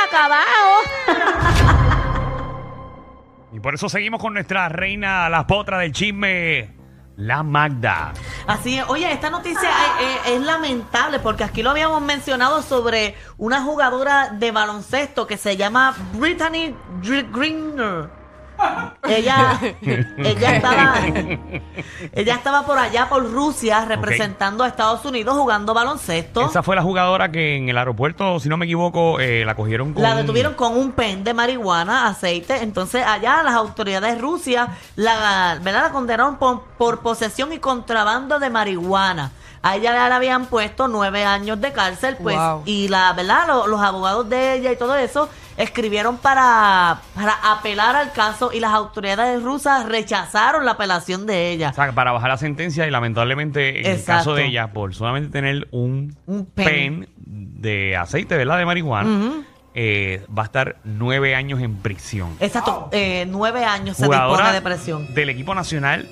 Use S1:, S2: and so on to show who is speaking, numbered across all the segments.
S1: boca abajo.
S2: Y por eso seguimos con nuestra reina, las potras del chisme, la Magda.
S3: Así es. Oye, esta noticia eh, es, es- es lamentable porque aquí lo habíamos mencionado sobre una jugadora de baloncesto que se llama Brittany Dr- Greener. Ella, ella estaba, ella estaba por allá por Rusia representando a Estados Unidos jugando baloncesto.
S2: Esa fue la jugadora que en el aeropuerto, si no me equivoco, eh, la cogieron con...
S3: La detuvieron con un pen de marihuana, aceite. Entonces, allá las autoridades rusas la, ¿verdad? la condenaron por, por posesión y contrabando de marihuana. A ella le habían puesto nueve años de cárcel, pues,
S4: Wow.
S3: y la verdad, Lo- los abogados de ella y todo eso escribieron para, para apelar al caso y las autoridades rusas rechazaron la apelación de ella.
S2: O sea, para bajar la sentencia y lamentablemente en el
S3: Exacto.
S2: caso de ella, por solamente tener un,
S3: Un
S2: pen.
S3: pen.
S2: de aceite, ¿verdad? De marihuana, eh, va a estar nueve años en prisión.
S3: Exacto, eh, nueve años se dispone de presión.
S2: del equipo nacional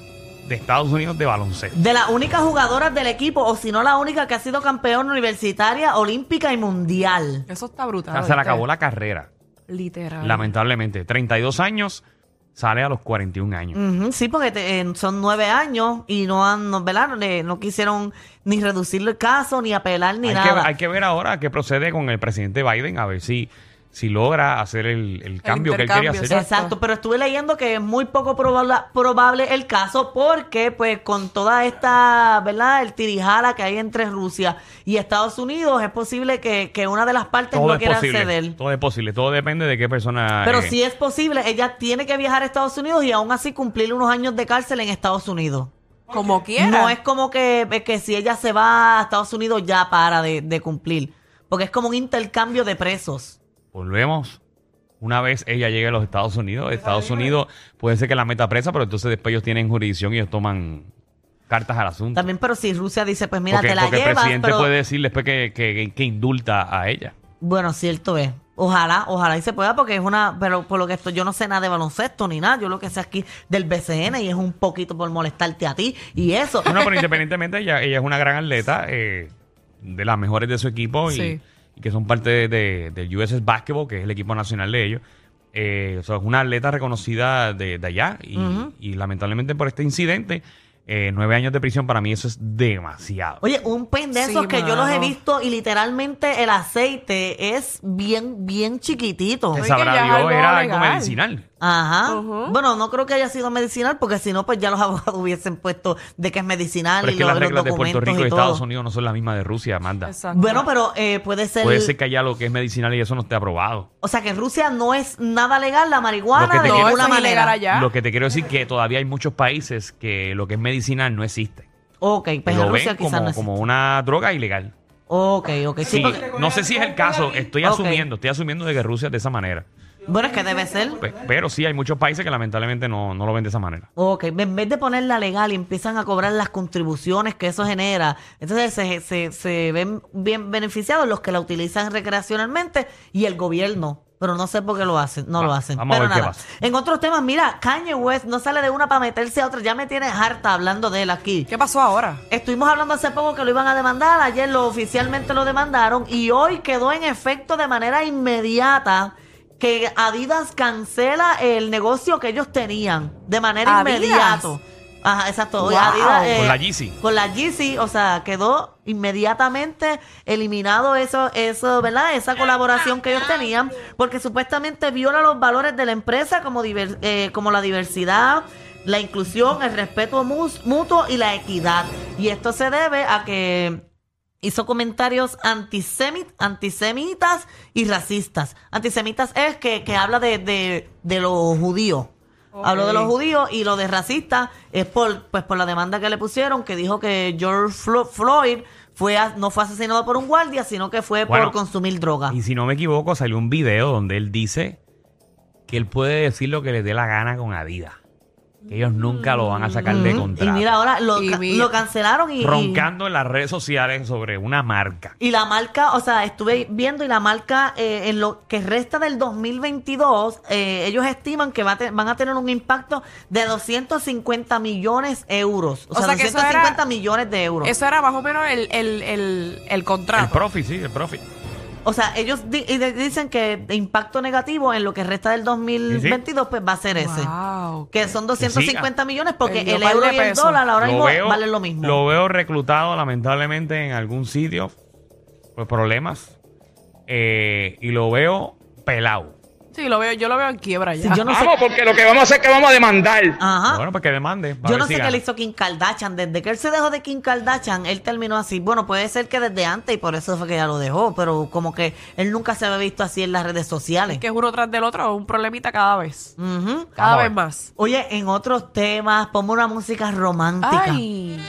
S2: de Estados Unidos de baloncesto.
S3: De las únicas jugadoras del equipo, o si no la única que ha sido campeona universitaria, olímpica y mundial.
S4: Eso está
S2: O
S4: brutal.
S2: sea, se le
S4: ¿oíste?
S2: acabó la carrera,
S4: Literal.
S2: lamentablemente. 32 años, sale a los 41 años.
S3: Ujú, sí, porque te- eh, son nueve años y no han, no, ¿verdad? No, le- no quisieron ni reducir el caso, ni apelar, ni
S2: hay, que,
S3: nada.
S2: hay que ver ahora qué procede con el presidente Biden, a ver si, si logra hacer el, el cambio que él quería
S4: intercambio,
S2: hacer.
S4: sí.
S3: Exacto. pero estuve leyendo que es muy poco probabla- probable el caso porque, pues, con toda esta, ¿verdad? El tirijala que hay entre Rusia y Estados Unidos, es posible que, que una de las partes
S2: Todo
S3: no
S2: es
S3: quiera
S2: posible.
S3: ceder.
S2: Todo es posible. Todo depende de qué persona.
S3: Pero
S2: eh,
S3: si es posible, ella tiene que viajar a Estados Unidos y aún así cumplir unos años de cárcel en Estados Unidos.
S4: Como quiera.
S3: No es como que, que si ella se va a Estados Unidos ya para de, de cumplir, porque es como un intercambio de presos.
S2: Volvemos. Una vez ella llegue a los Estados Unidos, Estados Unidos puede ser que la meta presa, pero entonces después ellos tienen jurisdicción y ellos toman cartas al asunto.
S3: También, pero si Rusia dice, pues mira,
S2: porque
S3: te la
S2: porque el
S3: llevas,
S2: presidente
S3: pero
S2: puede decir después que, que- que indulta a ella.
S3: bueno, cierto es. Ojalá, ojalá y se pueda, porque es una, pero por lo que estoy, yo no sé nada de baloncesto ni nada, yo lo que sé aquí del BCN y es un poquito por molestarte a ti y eso.
S2: Bueno, pero independientemente, ella, ella es una gran atleta, eh, de las mejores de su equipo y,
S4: Sí.
S2: y que son parte de- de- del USS Basketball, que es el equipo nacional de ellos. Eh, o sea, es una atleta reconocida de, de allá y, y lamentablemente por este incidente, eh, nueve años de prisión, para mí eso es demasiado.
S3: Oye, un pen de
S4: Sí,
S3: esos que yo los he
S4: mano.
S3: visto y literalmente el aceite es bien, bien chiquitito.
S2: Que
S4: es
S2: sabrá
S4: que ya es
S2: Dios,
S4: algo
S2: era algo
S4: legal.
S2: medicinal.
S3: Ajá.
S4: Ujú.
S3: Bueno, no creo que haya sido medicinal, porque si no, pues ya los abogados hubiesen puesto de que es medicinal
S2: Pero
S3: y
S2: es que
S3: lo-
S2: las
S3: los,
S2: reglas de
S3: documentos
S2: Puerto Rico y
S3: y todo.
S2: Estados Unidos no son las mismas de Rusia, Amanda.
S4: Exacto.
S3: Bueno, pero eh, puede ser,
S2: Puede ser que haya lo que es medicinal y eso no esté aprobado.
S3: o sea, que en Rusia no es nada legal la
S2: Lo que
S3: marihuana
S2: te
S3: de
S2: quiero-
S4: no,
S3: ninguna
S4: eso es ilegal
S3: manera.
S4: allá.
S2: Lo que te quiero decir que todavía hay muchos países que lo que es medicinal no existe.
S3: Ok, pues en
S2: lo
S3: Rusia
S2: ven
S3: quizás
S2: como,
S3: no es.
S2: como una droga ilegal.
S3: Ok, ok. Sí,
S2: Sí,
S3: porque-
S2: no sé si es el caso, estoy
S3: Ok.
S2: asumiendo, estoy asumiendo de que Rusia es de esa manera.
S3: Bueno, es que debe ser.
S2: Pe- Pero sí, hay muchos países que lamentablemente no, no lo ven de esa manera.
S3: Ok, en vez de ponerla legal y empiezan a cobrar las contribuciones que eso genera, entonces se, se- se ven bien beneficiados los que la utilizan recreacionalmente y el gobierno. Pero no sé por qué lo hacen, no
S2: Va,
S3: lo hacen.
S2: vamos a
S3: Pero
S2: ver qué
S3: nada.
S2: pasa.
S3: En otros temas, mira, Kanye West no sale de una para meterse a otra. Ya me tienes harta hablando de él aquí.
S4: ¿Qué pasó ahora?
S3: Estuvimos hablando hace poco que lo iban a demandar, ayer lo oficialmente lo demandaron y hoy quedó en efecto de manera inmediata que Adidas cancela el negocio que ellos tenían de manera
S4: Adidas.
S3: inmediata. Ajá, exacto.
S4: Wow.
S3: Eh.
S2: Con la Yeezy.
S3: Con la Yeezy, o sea, quedó inmediatamente eliminado eso, eso, ¿verdad? Esa colaboración que ellos tenían, porque supuestamente viola los valores de la empresa como, diver- eh, como la diversidad, la inclusión, el respeto mus- mutuo y la equidad. Y esto se debe a que hizo comentarios antisemi- antisemitas y racistas. Antisemitas es que, que habla de, de, de los judíos.
S4: Ok.
S3: Habló de los judíos y lo de racista es por, pues, por la demanda que le pusieron, que dijo que George Flo- Floyd fue a- no fue asesinado por un guardia, sino que fue
S2: Bueno,
S3: por consumir droga.
S2: Y si no me equivoco, salió un video donde él dice que él puede decir lo que le dé la gana con Adidas. Que ellos nunca lo van a sacar de
S3: Ujú.
S2: contrato.
S3: Mm. Y mira, ahora lo,
S4: Y
S3: ca-
S4: mira.
S3: lo cancelaron y, y-
S2: roncando en las redes sociales sobre una marca.
S3: Y la marca, o sea, estuve viendo y la marca eh, en lo que resta del 2022, eh, ellos estiman que va a te- van a tener un impacto de 250 millones de euros. O,
S4: O
S3: sea,
S4: sea, que eso
S3: 250
S4: era-
S3: millones de euros.
S4: Eso era más o menos el, el, el, el
S2: El
S4: contrato.
S2: profit, sí, el profit.
S3: o sea, ellos di- y de- dicen que de impacto negativo en lo que resta del 2022 pues va a ser ese.
S4: Wow.
S3: Que son 250 millones porque
S4: Perdió
S3: el
S4: par de
S3: euro y el
S4: pesos.
S3: dólar ahora mismo
S2: veo-
S3: valen lo mismo.
S2: Lo veo reclutado, lamentablemente, en algún sitio por problemas. Eh, y lo veo pelado.
S4: Sí, lo veo, yo lo veo en quiebra ya.
S3: Sí, yo no sé.
S5: Vamos, porque lo que vamos a hacer es que vamos a demandar.
S3: Ajá.
S2: Bueno, pues que demande. a
S3: Ah. Yo
S2: ver
S3: no
S2: si
S3: sé qué
S2: gana.
S3: le hizo Kim Kardashian. Desde que él se dejó de Kim Kardashian, él terminó así. Bueno, puede ser que desde antes y por eso fue que ya lo dejó, pero como que él nunca se había visto así en las redes sociales.
S4: Que es uno tras del otro, un problemita cada vez.
S3: Ujú.
S4: Cada
S2: Vamos a
S4: vez
S2: ver.
S4: más.
S3: Oye, en otros temas, ponme una música romántica.
S4: Ay.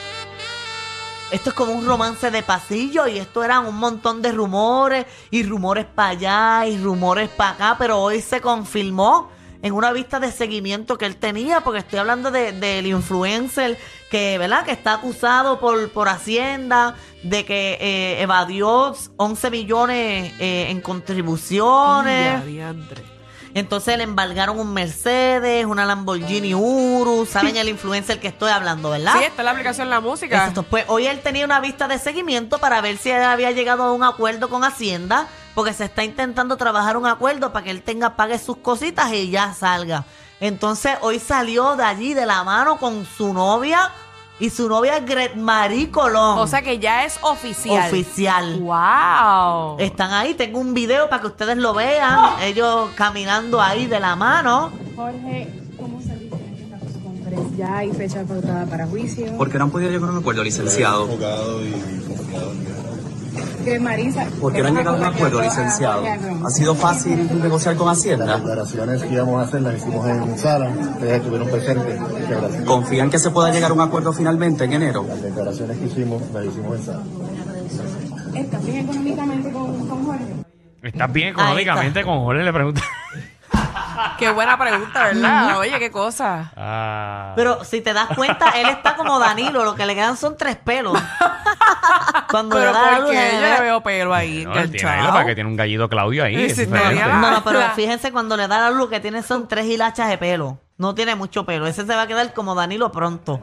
S3: Esto es como un romance de pasillo y esto eran un montón de rumores y rumores para allá y rumores para acá, pero hoy se confirmó en una vista de seguimiento que él tenía, porque estoy hablando de- del influencer que, ¿verdad? que está acusado por, por Hacienda de que eh, evadió 11 millones eh, en contribuciones.
S4: Ya, diantre.
S3: Entonces le embargaron un Mercedes, una Lamborghini Urus, ¿saben el influencer que estoy hablando, verdad?
S4: Sí, está en la aplicación la música.
S3: Exacto. Pues hoy él tenía una vista de seguimiento para ver si él había llegado a un acuerdo con Hacienda, porque se está intentando trabajar un acuerdo para que él tenga, pague sus cositas y ya salga. Entonces hoy salió de allí de la mano con su novia y su novia es Gret Marie Colón.
S4: O sea que ya es oficial.
S3: oficial.
S4: Wow.
S3: Están ahí, tengo un video para que ustedes lo vean, ellos caminando ahí de la mano.
S6: Jorge, ¿cómo se dice en esta conferencia? Ya hay fecha pautada para juicio.
S7: Porque no han podido llegar a un acuerdo, licenciado.
S8: Abogado y confiado.
S6: Que Marisa. Ah,
S7: Porque no han llegado a un acuerdo, licenciado. Ha sido fácil negociar con
S8: Las
S7: Hacienda.
S8: declaraciones que íbamos a hacer las hicimos en sala, ustedes estuvieron presentes. Muchas gracias.
S7: ¿Confían que se pueda llegar a un acuerdo finalmente en enero?
S8: Las declaraciones que hicimos las hicimos en sala.
S6: ¿Estás bien económicamente con, con Jorge?
S2: Estás bien
S3: está.
S2: económicamente con Jorge, le pregunta.
S4: Qué buena pregunta, ¿verdad? Oye, qué cosa.
S2: Ah.
S3: Pero si te das cuenta, él está como Danilo, lo que le quedan son tres pelos. Cuando le
S4: Pero
S3: da la luz,
S4: porque
S3: le
S4: yo
S3: da-
S4: le veo pelo ahí,
S2: No, él tiene ahí lo para que
S4: enganchado.
S2: tiene un gallito Claudio ahí.
S4: Sí,
S2: es
S4: sí,
S2: diferente.
S4: estaría-
S3: No, no, pero
S4: La-
S3: fíjense cuando le da la luz que tiene son tres hilachas de pelo. No tiene mucho pelo. Ese se va a quedar como Danilo pronto.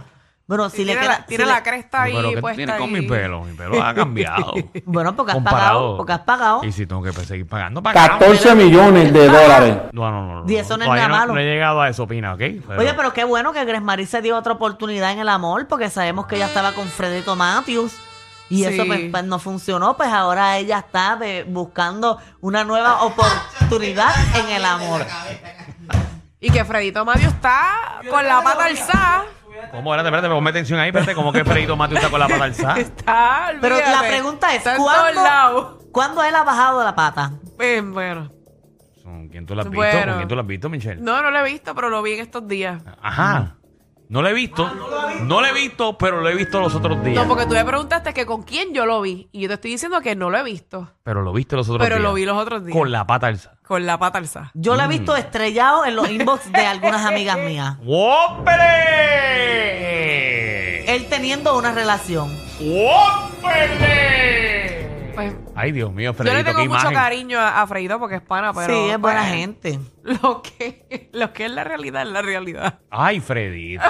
S3: Bueno, si le
S4: tiene
S3: queda.
S4: la,
S3: si
S4: tiene
S3: le-
S4: la cresta ahí
S2: Pero ¿qué
S4: puesta
S2: tiene con
S4: ahí.
S2: mi pelo? Mi pelo ha cambiado.
S3: Bueno, porque has pagado. Porque has pagado.
S2: Y si tengo que pues, seguir pagando, pagamos.
S9: 14 millones de dólares.
S2: No, no, no. no,
S3: Y eso no es
S2: Todavía
S3: nada malo.
S2: No he llegado a eso, opina, ¿ok?
S3: Oye, pero qué bueno que Gresmarí se dio otra oportunidad en el amor, porque sabemos que ella estaba con Fredito Matthews. Y eso
S4: Ah. Sí.
S3: pues, pues, no funcionó, pues ahora ella está de- buscando una nueva oportunidad en el amor.
S4: Y que Fredito Mario está con la pata alzada.
S2: ¿Cómo? Espérate, espérate, ponme atención ahí, espérate, como que Fredito Mateo está con la pata alzada.
S4: Está,
S3: Pero la
S4: Ah, olvídate.
S3: pregunta es,
S4: está en todos lados.
S3: ¿cuándo, ¿cuándo él ha bajado la pata?
S4: Eh, bueno,
S2: ¿Con quién tú la has visto?
S4: Bueno.
S2: ¿Con quién tú la has visto, Michelle?
S4: no, no lo he visto, pero lo vi en estos días.
S2: Ajá. No la he
S4: Ah,
S2: visto. No la he visto, pero lo he visto los otros días.
S4: No, porque tú me preguntaste que con quién yo lo vi. Y yo te estoy diciendo que no lo he visto.
S2: Pero lo viste los otros días.
S4: Pero lo vi los otros días.
S2: Con la pata alzada.
S4: Con la pata alzada.
S3: Yo
S2: Mm.
S3: lo he visto estrellado en los inbox de algunas amigas mías.
S2: ¡Hombre!
S3: Él teniendo una relación.
S2: ¡Hombre!
S4: Pues,
S2: Ay, Dios mío,
S4: yo le
S2: Fredito,
S4: tengo
S2: qué
S4: mucho
S2: imagen.
S4: cariño a, a Fredito porque es pana, pero.
S3: sí, es buena
S4: pues,
S3: gente.
S4: Lo que, lo que es la realidad es la realidad.
S2: Ay, Fredito.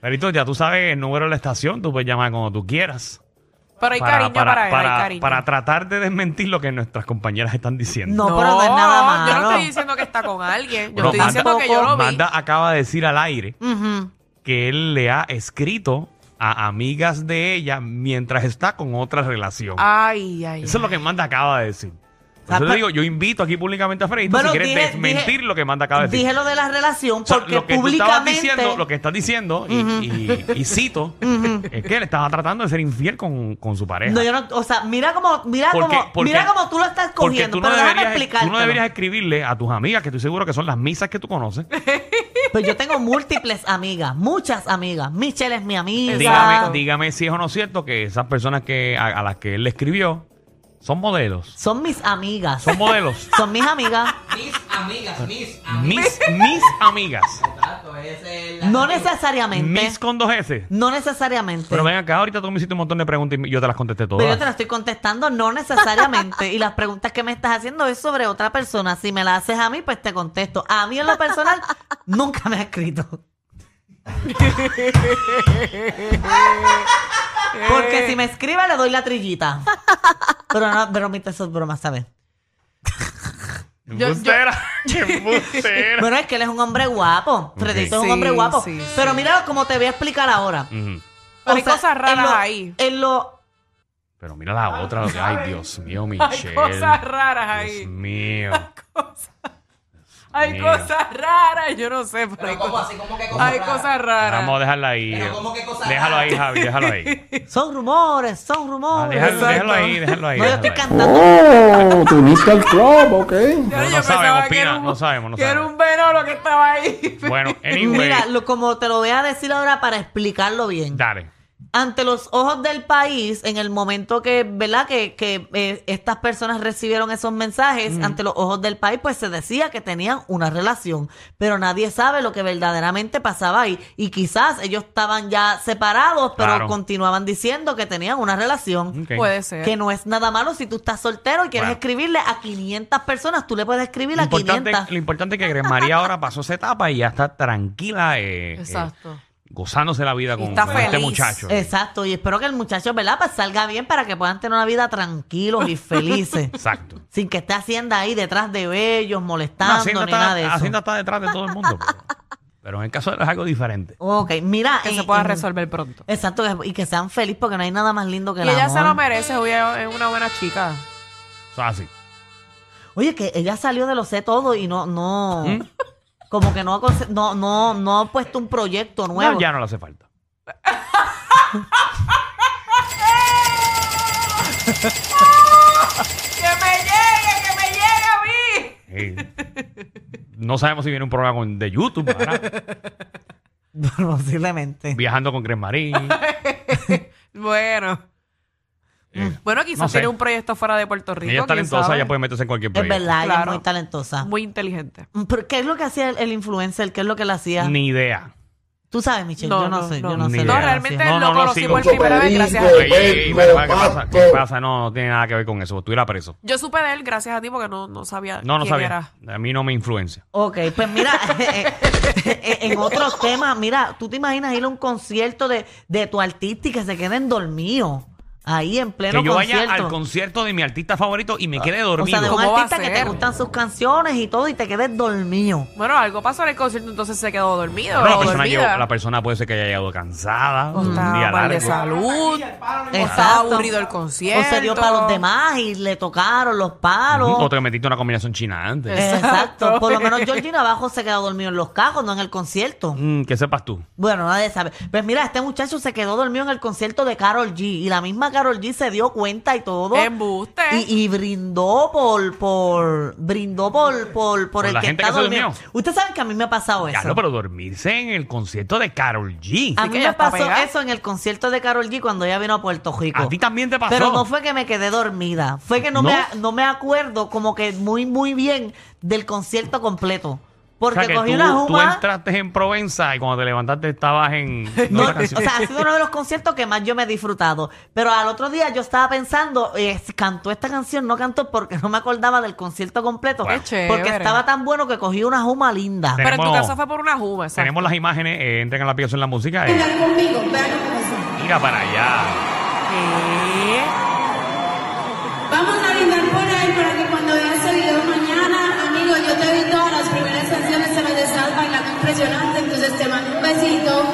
S2: Fredito, ya tú sabes el número de la estación, tú puedes llamar cuando tú quieras.
S4: Pero hay cariño para, él,
S2: para-
S4: hay cariño.
S2: para tratar de desmentir lo que nuestras compañeras están diciendo.
S3: No, pero no es nada
S4: Yo no
S3: malo.
S4: estoy diciendo que está con alguien. Yo
S2: Bueno,
S4: estoy diciendo que yo lo vi.
S2: Magda acaba de decir al aire
S3: Ujú.
S2: que él le ha escrito a amigas de ella mientras está con otra relación.
S4: Ay, ay.
S2: Eso es lo que Manda acaba de decir. Por
S3: sea,
S2: eso te
S3: pero-
S2: digo, yo invito aquí públicamente a Freddy
S3: Bueno,
S2: si quieres
S3: dije-
S2: desmentir
S3: dije-
S2: lo que Manda acaba de decir.
S3: Dije lo de la relación
S2: O sea,
S3: porque
S2: lo que tú estabas
S3: públicamente.
S2: diciendo, lo que estás diciendo, y, y- y cito, es que él estaba tratando de ser infiel con, con su pareja.
S3: No, yo no- o sea, mira cómo, mira
S2: Porque-
S3: cómo,
S2: porque-
S3: mira cómo tú lo estás
S2: porque
S3: cogiendo.
S2: tú no,
S3: pero déjame
S2: deberías, tú
S3: explicarte.
S2: no deberías escribirle a tus amigas, que estoy seguro que son las misas que tú conoces.
S3: Pues yo tengo múltiples amigas, muchas amigas. Michelle es mi amiga.
S2: dígame, dígame si es o no cierto que esas personas que a, a las que él le escribió son modelos.
S3: Son mis amigas.
S2: Son modelos.
S3: Son mis amigas.
S2: mis, mis amigas.
S3: No necesariamente.
S2: Mis con dos S.
S3: No necesariamente.
S2: Pero ven acá, ahorita tú me hiciste un montón de preguntas y yo te las contesté todas.
S3: Pero yo te la estoy contestando no necesariamente. y las preguntas que me estás haciendo es sobre otra persona. Si me las haces a mí, pues te contesto. A mí en lo personal nunca me ha escrito. Porque si me escribe le doy la trillita. Pero no, bromita, eso es broma, ¿sabes?
S4: yo-
S2: Embustera. Embustera.
S3: Bueno, es que él es un hombre guapo. Fredito es
S4: Sí,
S3: un hombre guapo.
S4: sí,
S3: pero
S4: sí.
S3: mira como te voy a explicar ahora.
S2: Ujú.
S4: Pero hay
S3: O sea,
S4: cosas
S3: en
S4: raras
S3: lo-
S4: ahí.
S3: En lo...
S2: Pero mira la otra. lo que- Ay, Dios mío, Michelle.
S4: Hay cosas raras
S2: Dios
S4: ahí.
S2: mío.
S4: Cosas- Hay
S2: Mira.
S4: cosas raras, yo no sé, pero hay
S7: ¿Cómo
S4: cosas-
S7: así? ¿Cómo que cosa
S4: hay
S7: rara?
S4: cosas raras.
S2: Vamos a dejarla ahí.
S7: Pero ¿cómo que cosa
S2: Déjalo ahí,
S7: rara?
S2: Javi, déjalo ahí.
S3: Son rumores, son
S2: Ah,
S3: rumores.
S2: déjalo,
S4: Exacto.
S2: déjalo ahí, déjalo ahí.
S3: no, yo
S2: déjalo
S3: estoy
S2: ahí.
S3: cantando.
S9: Oh, te uniste al club, ok.
S4: Yo-
S2: No, no
S4: yo pensaba
S2: sabemos,
S4: que era
S2: opina,
S4: un-
S2: no sabemos, no
S4: que era
S2: sabemos.
S4: un venolo que estaba ahí.
S2: Bueno, anyway,
S3: Mira, lo- como te lo voy a decir ahora para explicarlo bien.
S2: dale.
S3: Ante los ojos del país, en el momento que, ¿verdad? Que, que, eh, estas personas recibieron esos mensajes,
S2: Mm.
S3: ante los ojos del país, pues se decía que tenían una relación, pero nadie sabe lo que verdaderamente pasaba ahí. Y quizás ellos estaban ya separados, pero
S2: Claro.
S3: continuaban diciendo que tenían una relación.
S2: Ok.
S4: Puede ser.
S3: Que no es nada malo si tú estás soltero y quieres
S2: Bueno.
S3: escribirle a 500 personas, tú le puedes escribir
S2: Lo
S3: a
S2: importante,
S3: 500.
S2: lo importante es que Grace María ahora pasó esa etapa y ya está tranquila, eh, eh,
S4: Exacto.
S2: gozándose la vida
S4: Y
S2: con,
S4: está
S2: con este
S4: feliz.
S2: muchacho.
S3: Exacto, y espero que el muchacho, ¿verdad? Pues salga bien para que puedan tener una vida tranquilos y felices.
S2: Exacto.
S3: sin que esté Hacienda ahí detrás de ellos,
S2: No,
S3: molestando,
S2: Hacienda,
S3: ni nada de
S2: está,
S3: eso.
S2: Hacienda está detrás de todo el mundo. pero, pero en el caso de él es algo diferente.
S3: Ok, mira.
S4: Que
S3: y-
S4: se pueda
S3: y-
S4: resolver pronto.
S3: Exacto, y que sean felices porque no hay nada más lindo que
S4: Y
S3: el
S4: ella se lo
S3: amor.
S4: merece, hoy es una buena chica.
S2: Eso es así.
S3: Oye, que ella salió de lo sé todo y no, no. Como que no, ha conse- no, no, no ha puesto un proyecto
S2: No,
S3: nuevo.
S2: ya no le hace falta.
S4: ¡Que me llegue, que me llegue a mí!
S2: Sí. No sabemos si viene un programa con- de YouTube, ¿verdad?
S3: Posiblemente.
S2: Viajando con Grace María.
S4: Bueno.
S2: Eh,
S4: Bueno, quizás
S2: No sé.
S4: tiene un proyecto fuera de Puerto Rico.
S2: ella es
S4: quién
S2: talentosa,
S4: sabe.
S2: ella puede meterse en cualquier
S3: Es
S2: proyecto.
S3: verdad, ella es
S4: Claro.
S3: muy
S2: Ah.
S3: talentosa.
S4: Muy inteligente.
S3: Pero, ¿Qué es lo que hacía el, el influencer? ¿Qué es lo que le hacía?
S2: Ni idea.
S3: Tú sabes, Michelle, yo no, sé, yo no
S2: ni
S3: sé. lo
S2: idea.
S3: que
S4: No,
S3: hacía.
S4: realmente
S2: No, no,
S4: lo
S2: no,
S4: conocí
S2: sí,
S4: por
S2: mucho
S4: primera vez
S8: peligro.
S4: gracias a ti.
S2: Ey, ey, ey,
S8: Pero,
S2: ¿qué pasa? ¿Qué
S8: pato.
S2: pasa? No, no tiene nada que ver con eso. Estuviera preso.
S4: Yo supe de él gracias a ti porque no, no sabía
S2: No, no
S4: quién
S2: sabía.
S4: era.
S2: A mí no me influencia.
S3: Ok, pues mira, eh, en otros temas, mira, tú te imaginas ir a un concierto de, de tu artista y que se queden dormidos ahí en pleno
S2: Que yo vaya
S3: concierto. Ah.
S2: al concierto de mi artista favorito y me quede
S3: o sea,
S2: dormido.
S3: de un
S4: ¿Cómo va a
S3: artista que te
S4: ser?
S3: gustan sus canciones y todo y te quedes dormido.
S4: Bueno, algo pasó en el concierto, entonces se quedó dormido.
S2: Bueno, la,
S4: o
S2: persona
S4: dormida.
S2: llegó- la persona puede ser que haya llegado cansada,
S4: O
S2: un día
S4: estaba mal de
S2: largo.
S4: salud. O estaba aburrido el concierto.
S3: O se dio para los demás y le tocaron los palos.
S2: Ujú, O te metiste una combinación china antes.
S3: Eh. Exacto.
S4: Exacto.
S3: Por lo menos Georgina abajo se quedó dormido en los cajos, no en el concierto.
S2: Mm, que sepas tú.
S3: Bueno, nadie sabe. Pues mira, este muchacho se quedó dormido en el concierto de Carol G. Y la misma Carol G se dio cuenta y todo.
S4: Embuste.
S3: Y, y brindó por, por, brindó por, por, por
S2: Por
S3: el
S2: la
S3: que
S2: gente
S3: está
S2: que se
S3: dormido.
S2: durmió.
S3: Ustedes saben que a mí me ha pasado Pues eso. Ah,
S2: Ya no, pero dormirse en el concierto de
S3: a
S2: Carol G.
S3: mí
S4: Sí, que ella
S3: me
S4: está
S3: pasó
S4: pegada.
S3: eso en el concierto de Carol G cuando ella vino a Puerto Rico.
S2: A ti también te pasó.
S3: Pero no fue que me quedé dormida. Fue que no, Me,
S2: ¿No?
S3: no me acuerdo como que muy, muy bien del concierto completo. Porque
S2: o sea, que
S3: cogí
S2: tú,
S3: una
S2: tú
S3: juma.
S2: entraste en Provenza y cuando te levantaste estabas en...
S3: No,
S2: otra
S3: o
S2: canción.
S3: sea, ha sido uno de los conciertos que más yo me he disfrutado. Pero al otro día yo estaba pensando, eh, cantó esta canción, no cantó porque no me acordaba del concierto completo.
S2: Bueno.
S4: Qué chévere.
S3: porque estaba tan bueno que cogí una juma linda.
S4: Pero en tu
S2: Tenemos-
S4: caso fue por una juba, exacto.
S2: Tenemos las imágenes, eh, entren a la aplicación la música. eh.
S6: conmigo, vean cómo son.
S2: Mira para allá.
S4: ¿Qué?
S6: Vamos a brindar por ahí para que cuando veas ese video mañana, amigos, yo te vi todas las primeras canciones, se las estás bailando impresionante, entonces te mando un besito.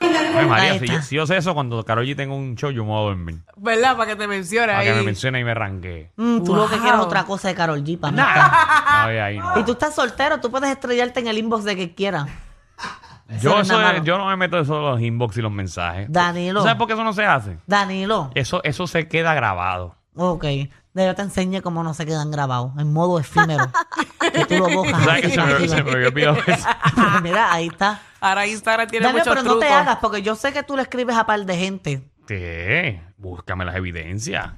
S6: Brindar por
S2: Ay, María,
S3: Ahí
S2: si
S3: está.
S2: yo, si yo sé eso, cuando Carol G tenga un show, yo me voy a dormir.
S4: ¿Verdad? Para que te mencione
S2: Para
S4: ahí.
S2: que me mencione y me arranque.
S3: Mm, tú lo que
S4: Wow.
S3: quieres es otra cosa de Carol G. pa' mí.
S2: Nah. Ay, ay, no.
S3: Y tú estás soltero, tú puedes estrellarte en el inbox de que quieras. Eso
S2: Yo,
S3: no es
S2: eso
S3: nada
S2: de-
S3: malo.
S2: yo no me meto eso de los inbox y los mensajes.
S3: Danilo.
S2: ¿Tú ¿Sabes por qué eso no se hace?
S3: Danilo,
S2: Eso, eso se queda grabado.
S3: ok. De yo te enseñé cómo no se quedan grabados, en modo efímero. que tú lo
S2: ¿Tú
S3: bojas.
S2: ¿Sabes que
S3: así
S2: se
S3: para
S2: me,
S3: arriba.
S2: se me había olvidado eso?
S3: Mira, ahí está.
S4: Ahora Instagram tiene
S3: Danilo,
S4: muchos
S3: pero no
S4: trucos.
S3: te hagas, porque yo sé que tú le escribes a par de gente.
S2: ¿Qué? Búscame las evidencias.